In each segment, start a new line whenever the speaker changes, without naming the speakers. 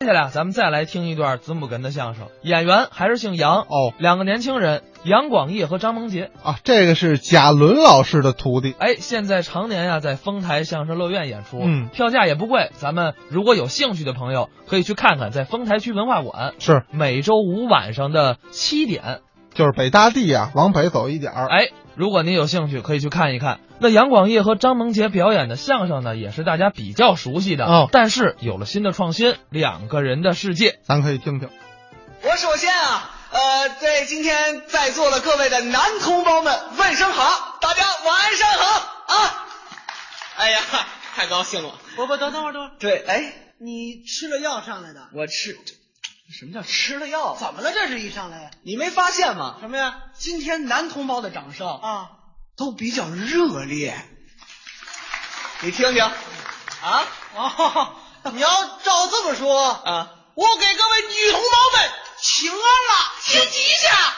接下来啊咱们再来听一段子母哏的相声，演员还是姓杨
哦
两个年轻人杨广义和张萌杰。
啊，这个是贾伦老师的徒弟，
哎，现在常年呀、在丰台相声乐院演出，
嗯
票价也不贵，咱们如果有兴趣的朋友可以去看看，在丰台区文化馆，
是
每周五晚上的七点。
就是北大地啊，往北走一点儿。
哎，如果您有兴趣，可以去看一看。那杨广义和张萌杰表演的相声呢，也是大家比较熟悉的，
哦
但是有了新的创新，《两个人的世界》。
咱可以听听。
我首先啊，呃，对今天在座的各位的男同胞们问声好，大家晚上好啊！哎呀，太高兴了！
伯伯，等等会儿，等会儿，
对，哎，
你吃了药上来的？
我吃，这什么叫吃了药？
怎么了？这是一上来呀？
你没发现吗？
什么呀？
今天男同胞的掌声
啊，
都比较热烈，你听听啊
哦， 你要照这么说，
啊！
我给各位女同胞们请安了，先吉祥。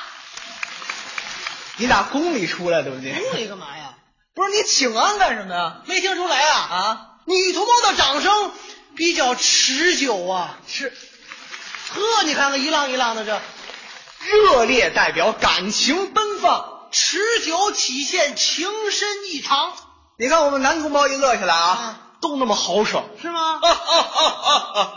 你打宫里出来对不对？
弄你干嘛呀？
不是你请安干什么呀？
没听出来啊？
啊，
女同胞的掌声比较持久啊。
是
呵，你看看一浪一浪的这，
热烈代表感情奔放。
持久体现情深意长，
你看我们男同胞一乐起来啊，
啊
都那么豪爽，
是
啊
吗？
啊啊啊，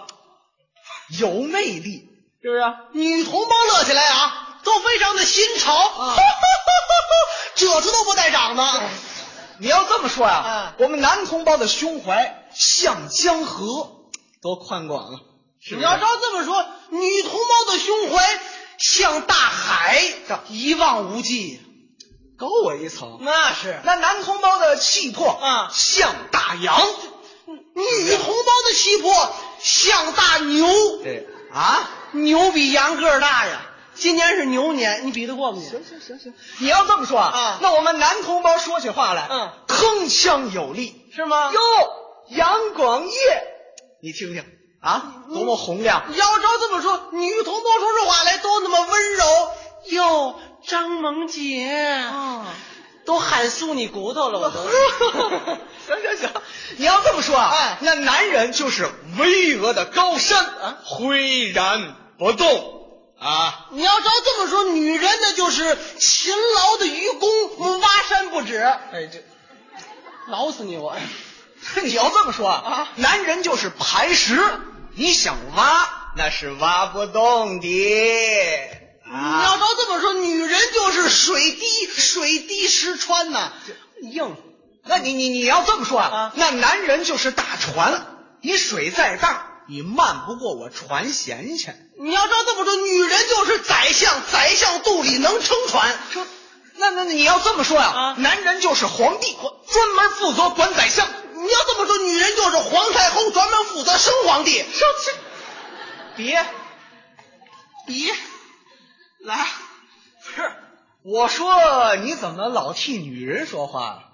有魅力，是不是？
女同胞乐起来啊，都非常的新 潮，
啊
褶子都不带长的。
你要这么说呀、
啊
我们男同胞的胸怀像江河，多宽广啊！是
你
不是
要照这么说，女同胞的胸怀像大海，一望无际。
高我一层，
那是
那男同胞的气魄
啊嗯
像大洋，
女同胞的气魄像大牛，
对
啊，牛比羊个儿大呀。今年是牛年，你比得过吗？行行行行，
你要这么说
啊
那我们男同胞说起话来，
嗯，
铿锵有力，
是吗？
哟，杨广业，你听听啊，多么洪亮！
嗯要照这么说，女同胞说出话来都那么温柔。哟，张萌姐，啊，都喊酥你骨头了，我都。
行行行，你要这么说啊，
哎
那男人就是巍峨的高山，啊、岿然不动啊。
你要照这么说，女人那就是勤劳的愚公，挖山不止，
哎，这
挠死你我！
你要这么说
啊
男人就是磐石，你想挖那是挖不动的
你要
啊。
照这么说，女人就是水 滴，水滴石穿呐、硬。
那你你你要这么说
啊
那男人就是大船，你水再大，你漫不过我船舷去。
你要照这么说，女人就是宰相，宰相肚里能撑船。
那那那你要这么说呀、
啊
男人就是皇帝，专门负责管宰相。
你要这么说，女人就是皇太后，专门负责生皇帝。
这这，别
咦，来，不是
我说你怎么老替女人说话？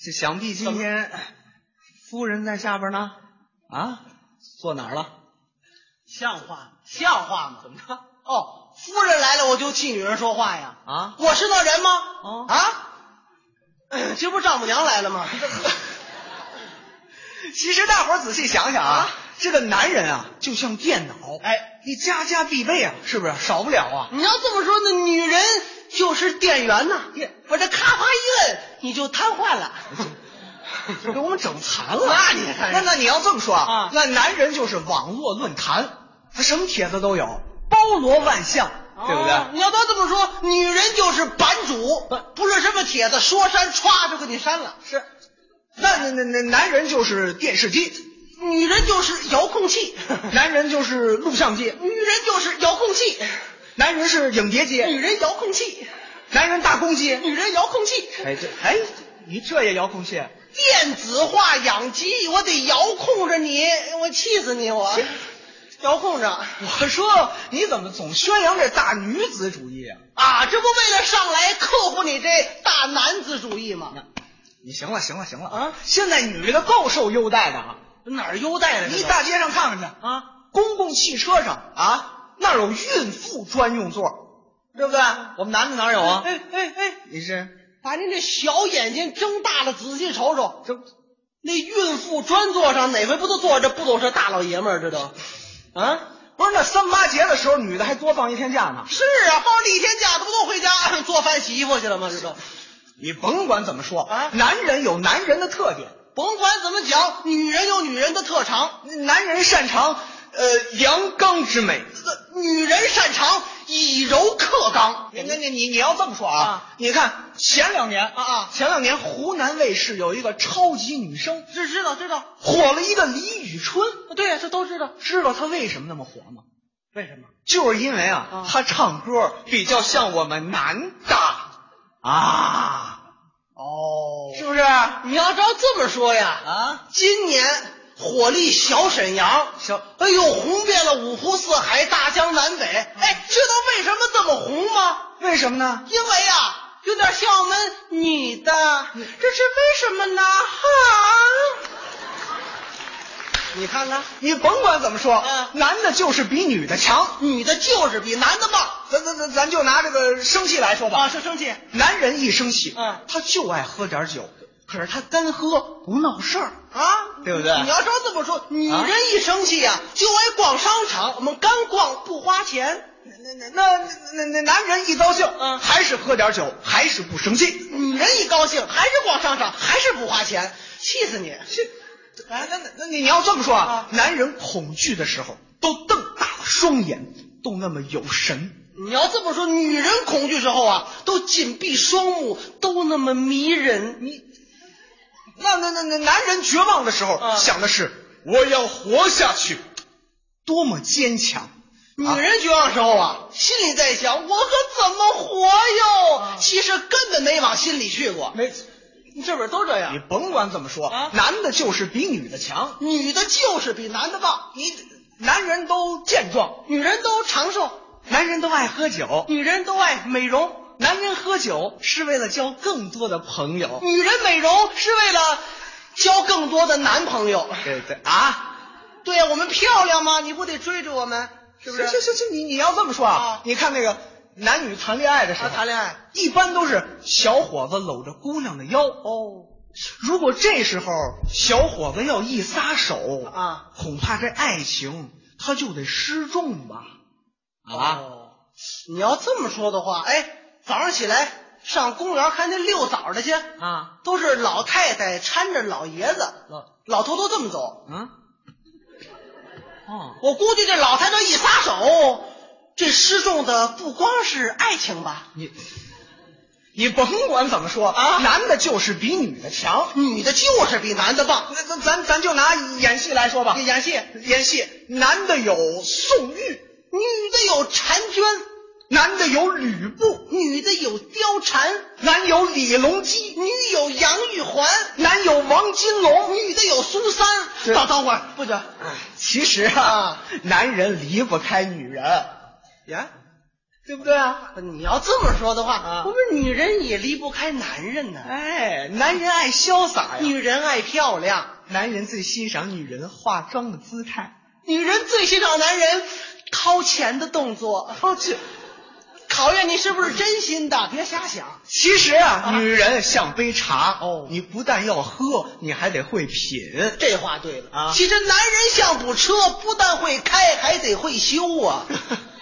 这想必今天夫人在下边呢？啊，坐哪儿了？
像话吗？像话吗？怎么着？哦，夫人来了，我就替女人说话呀。
啊
我是那人吗？
哦
啊，呃这不丈母娘来了吗？
其实大伙儿仔细想想啊，这个男人啊，就像电脑，哎，你家家必备啊，是不是？少不了啊。
你要这么说，那女人就是电源呐、
耶
我这咔嚓一摁，你就瘫痪了。
这给我们整残了。
那你看
那那你要这么说
啊
那男人就是网络论坛，他什么帖子都有，包罗万象，对不对？呃
哦你要都这么说，女人就是版主，不是什么帖子，说删歘就给你删了。
是。那那那那男人就是电视机，
女人就是遥 控器，
男人就是录像机，
女人就是遥控器，
男人是影碟机，
女人遥控器，
男人大公鸡。
女人遥控器。
哎这哎，你这也遥控器？啊
电子化养鸡，我得遥控着你，我气死你我！遥控着
我说你怎么总宣扬这大女子主义啊？
啊，这不为了上来克服你这大男子主义吗？
你行了行了行了
啊！
现在女的够受优待的啊！
哪儿优待了？
你
大
大街上看看去
啊，
公共汽车上啊，那有孕妇专用座，对不对？我们男的哪有啊？
哎哎哎，
你是
把您这小眼睛睁大了，仔细瞅瞅，
这
那孕妇专座上哪回不都坐着不懂事大老爷们儿？这都，啊，
不是那三八节的时候，女的还多放一天假呢。
是啊，放了一天假，他不都回家 做饭洗衣服去了吗？这都，
你甭管怎么说
啊
男人有男人的特点，
甭管怎么讲，女人有女人的特长，
男人擅长呃阳刚之美。
呃女人擅长以柔克刚。
你你你你要这么说啊，
啊
你看前两年
啊啊
前两年湖南卫视有一个超级女声，
是知道知道，
火了一个李宇春，
对呀、这都知道。
知道她为什么那么火吗？
为什么？
就是因为啊，
啊
她唱歌比较像我们男 的啊，
哦
是不是？
你要照这么说呀，
啊，
今年火力小沈阳，
小
哎呦，红遍了五湖四海、大江南北。哎，知道为什么这么红吗？
嗯为什么呢？
因为呀、有点像我们女的，
嗯
这是为什么呢？哈、你看看，
你甭管怎么说，
嗯
男的就是比女的强。
女的就是比男的棒
咱咱咱咱就拿这个生气来说吧，
啊！生生气，
男人一生气，
嗯
他就爱喝点酒，可是他干喝不闹事儿。
啊，
对不对啊
你要照这么说，女人一生气呀、啊就爱逛商场，我们干逛不花钱。
那那那那那男人一高兴，
嗯
还是喝点酒，还是不生气。
女人一高兴还是逛商场，还是不花钱，气死你！
哎，那那那你要这么说啊
啊，
男人恐惧的时候都瞪大了双眼，都那么有神。
你要这么说，女人恐惧时候啊，都紧闭双目，都那么迷人。你
那那那那男人绝望的时候、
嗯
想的是我要活下去，多么坚强。啊
女人绝望时候啊，心里在想我可怎么活哟？其实根本没往心里去过。
啊没，
你是不是都这
你
样？
甭管怎么说，
啊
男的就是比女的强。
女的就是比男的棒，
你男人都健壮，
女人都长寿，
男人都爱喝酒，
女人都爱美容，
男人喝酒是为了交更多的朋友。
女人美容是为了交更多的男朋友。
对对啊，
对呀，我们漂亮吗？你不得追着我们，是不是？
行行行，你你要这么说啊，
啊
你看那个男女谈恋爱的时候，
啊谈恋爱
一般都是小伙子搂着姑娘的腰哦。如果这时候小伙子要一撒手
啊，
恐怕这爱情他就得失重吧？啊，
哦，你要这么说的话，哎，早上起来上公园看那遛早的去
啊，
都是老太太搀着老爷子，
老
老头都这么走。
嗯，哦，
我估计这老太太一撒手，这失重的不光是爱情吧，
你你甭管怎么说
啊
男的就是比女的强。
女的就是比男的棒。
嗯那咱咱咱就拿演戏来说吧，
演戏，
演戏，男的有宋玉，
女的有婵娟，
男的有吕布，
女的有貂蝉，
男有李隆基，
女有杨玉环，
男有王金龙。
女的有苏三。
是哎
等等会儿，不准。
其实啊，男人离不开女人，呀，对不对啊？
你要这么说的话，
啊
我们女人也离不开男人呢。
哎，男人爱潇洒呀，
女人爱漂亮，
男人最欣赏女人化妆的姿态。
女人最欣赏男人掏钱的动作。
我哦去，
考验你是不是真心的，别瞎想。
其实啊，
啊
女人像杯茶
哦
你不但要喝，你还得会品。
这话对了
啊
其实男人像部车，不但会开，还得会修啊。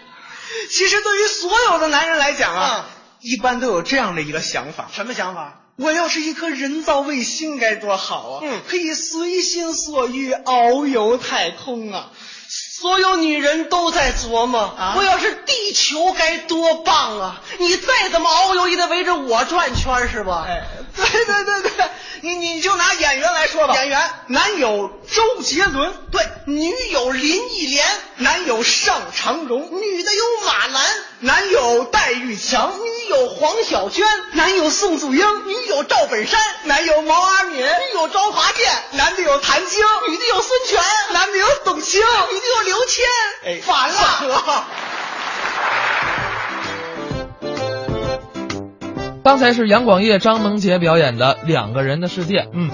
其实对于所有的男人来讲啊
啊，
一般都有这样的一个想法：
什么想法？
我要是一颗人造卫星该多好啊！
嗯
可以随心所欲遨游太空啊！
所有女人都在琢磨，
啊
我要是地球该多棒啊！你再怎么遨游，也得围着我转圈是吧？
哎，对对对对，你你就拿演员来说吧，
演员
男有周杰伦，
对，女有林忆莲，
男有尚长荣，
女的有马兰，
男有戴玉强，
女有黄小娟，
男有宋祖英，
女有赵本山，
男有毛阿敏，
女有张华健，
男的有谭晶，
女的有孙权，
男的有董卿，
女的有刘谦。
哎，
反了
反了。
刚才是杨广业、张萌杰表演的《两个人的世界》。嗯，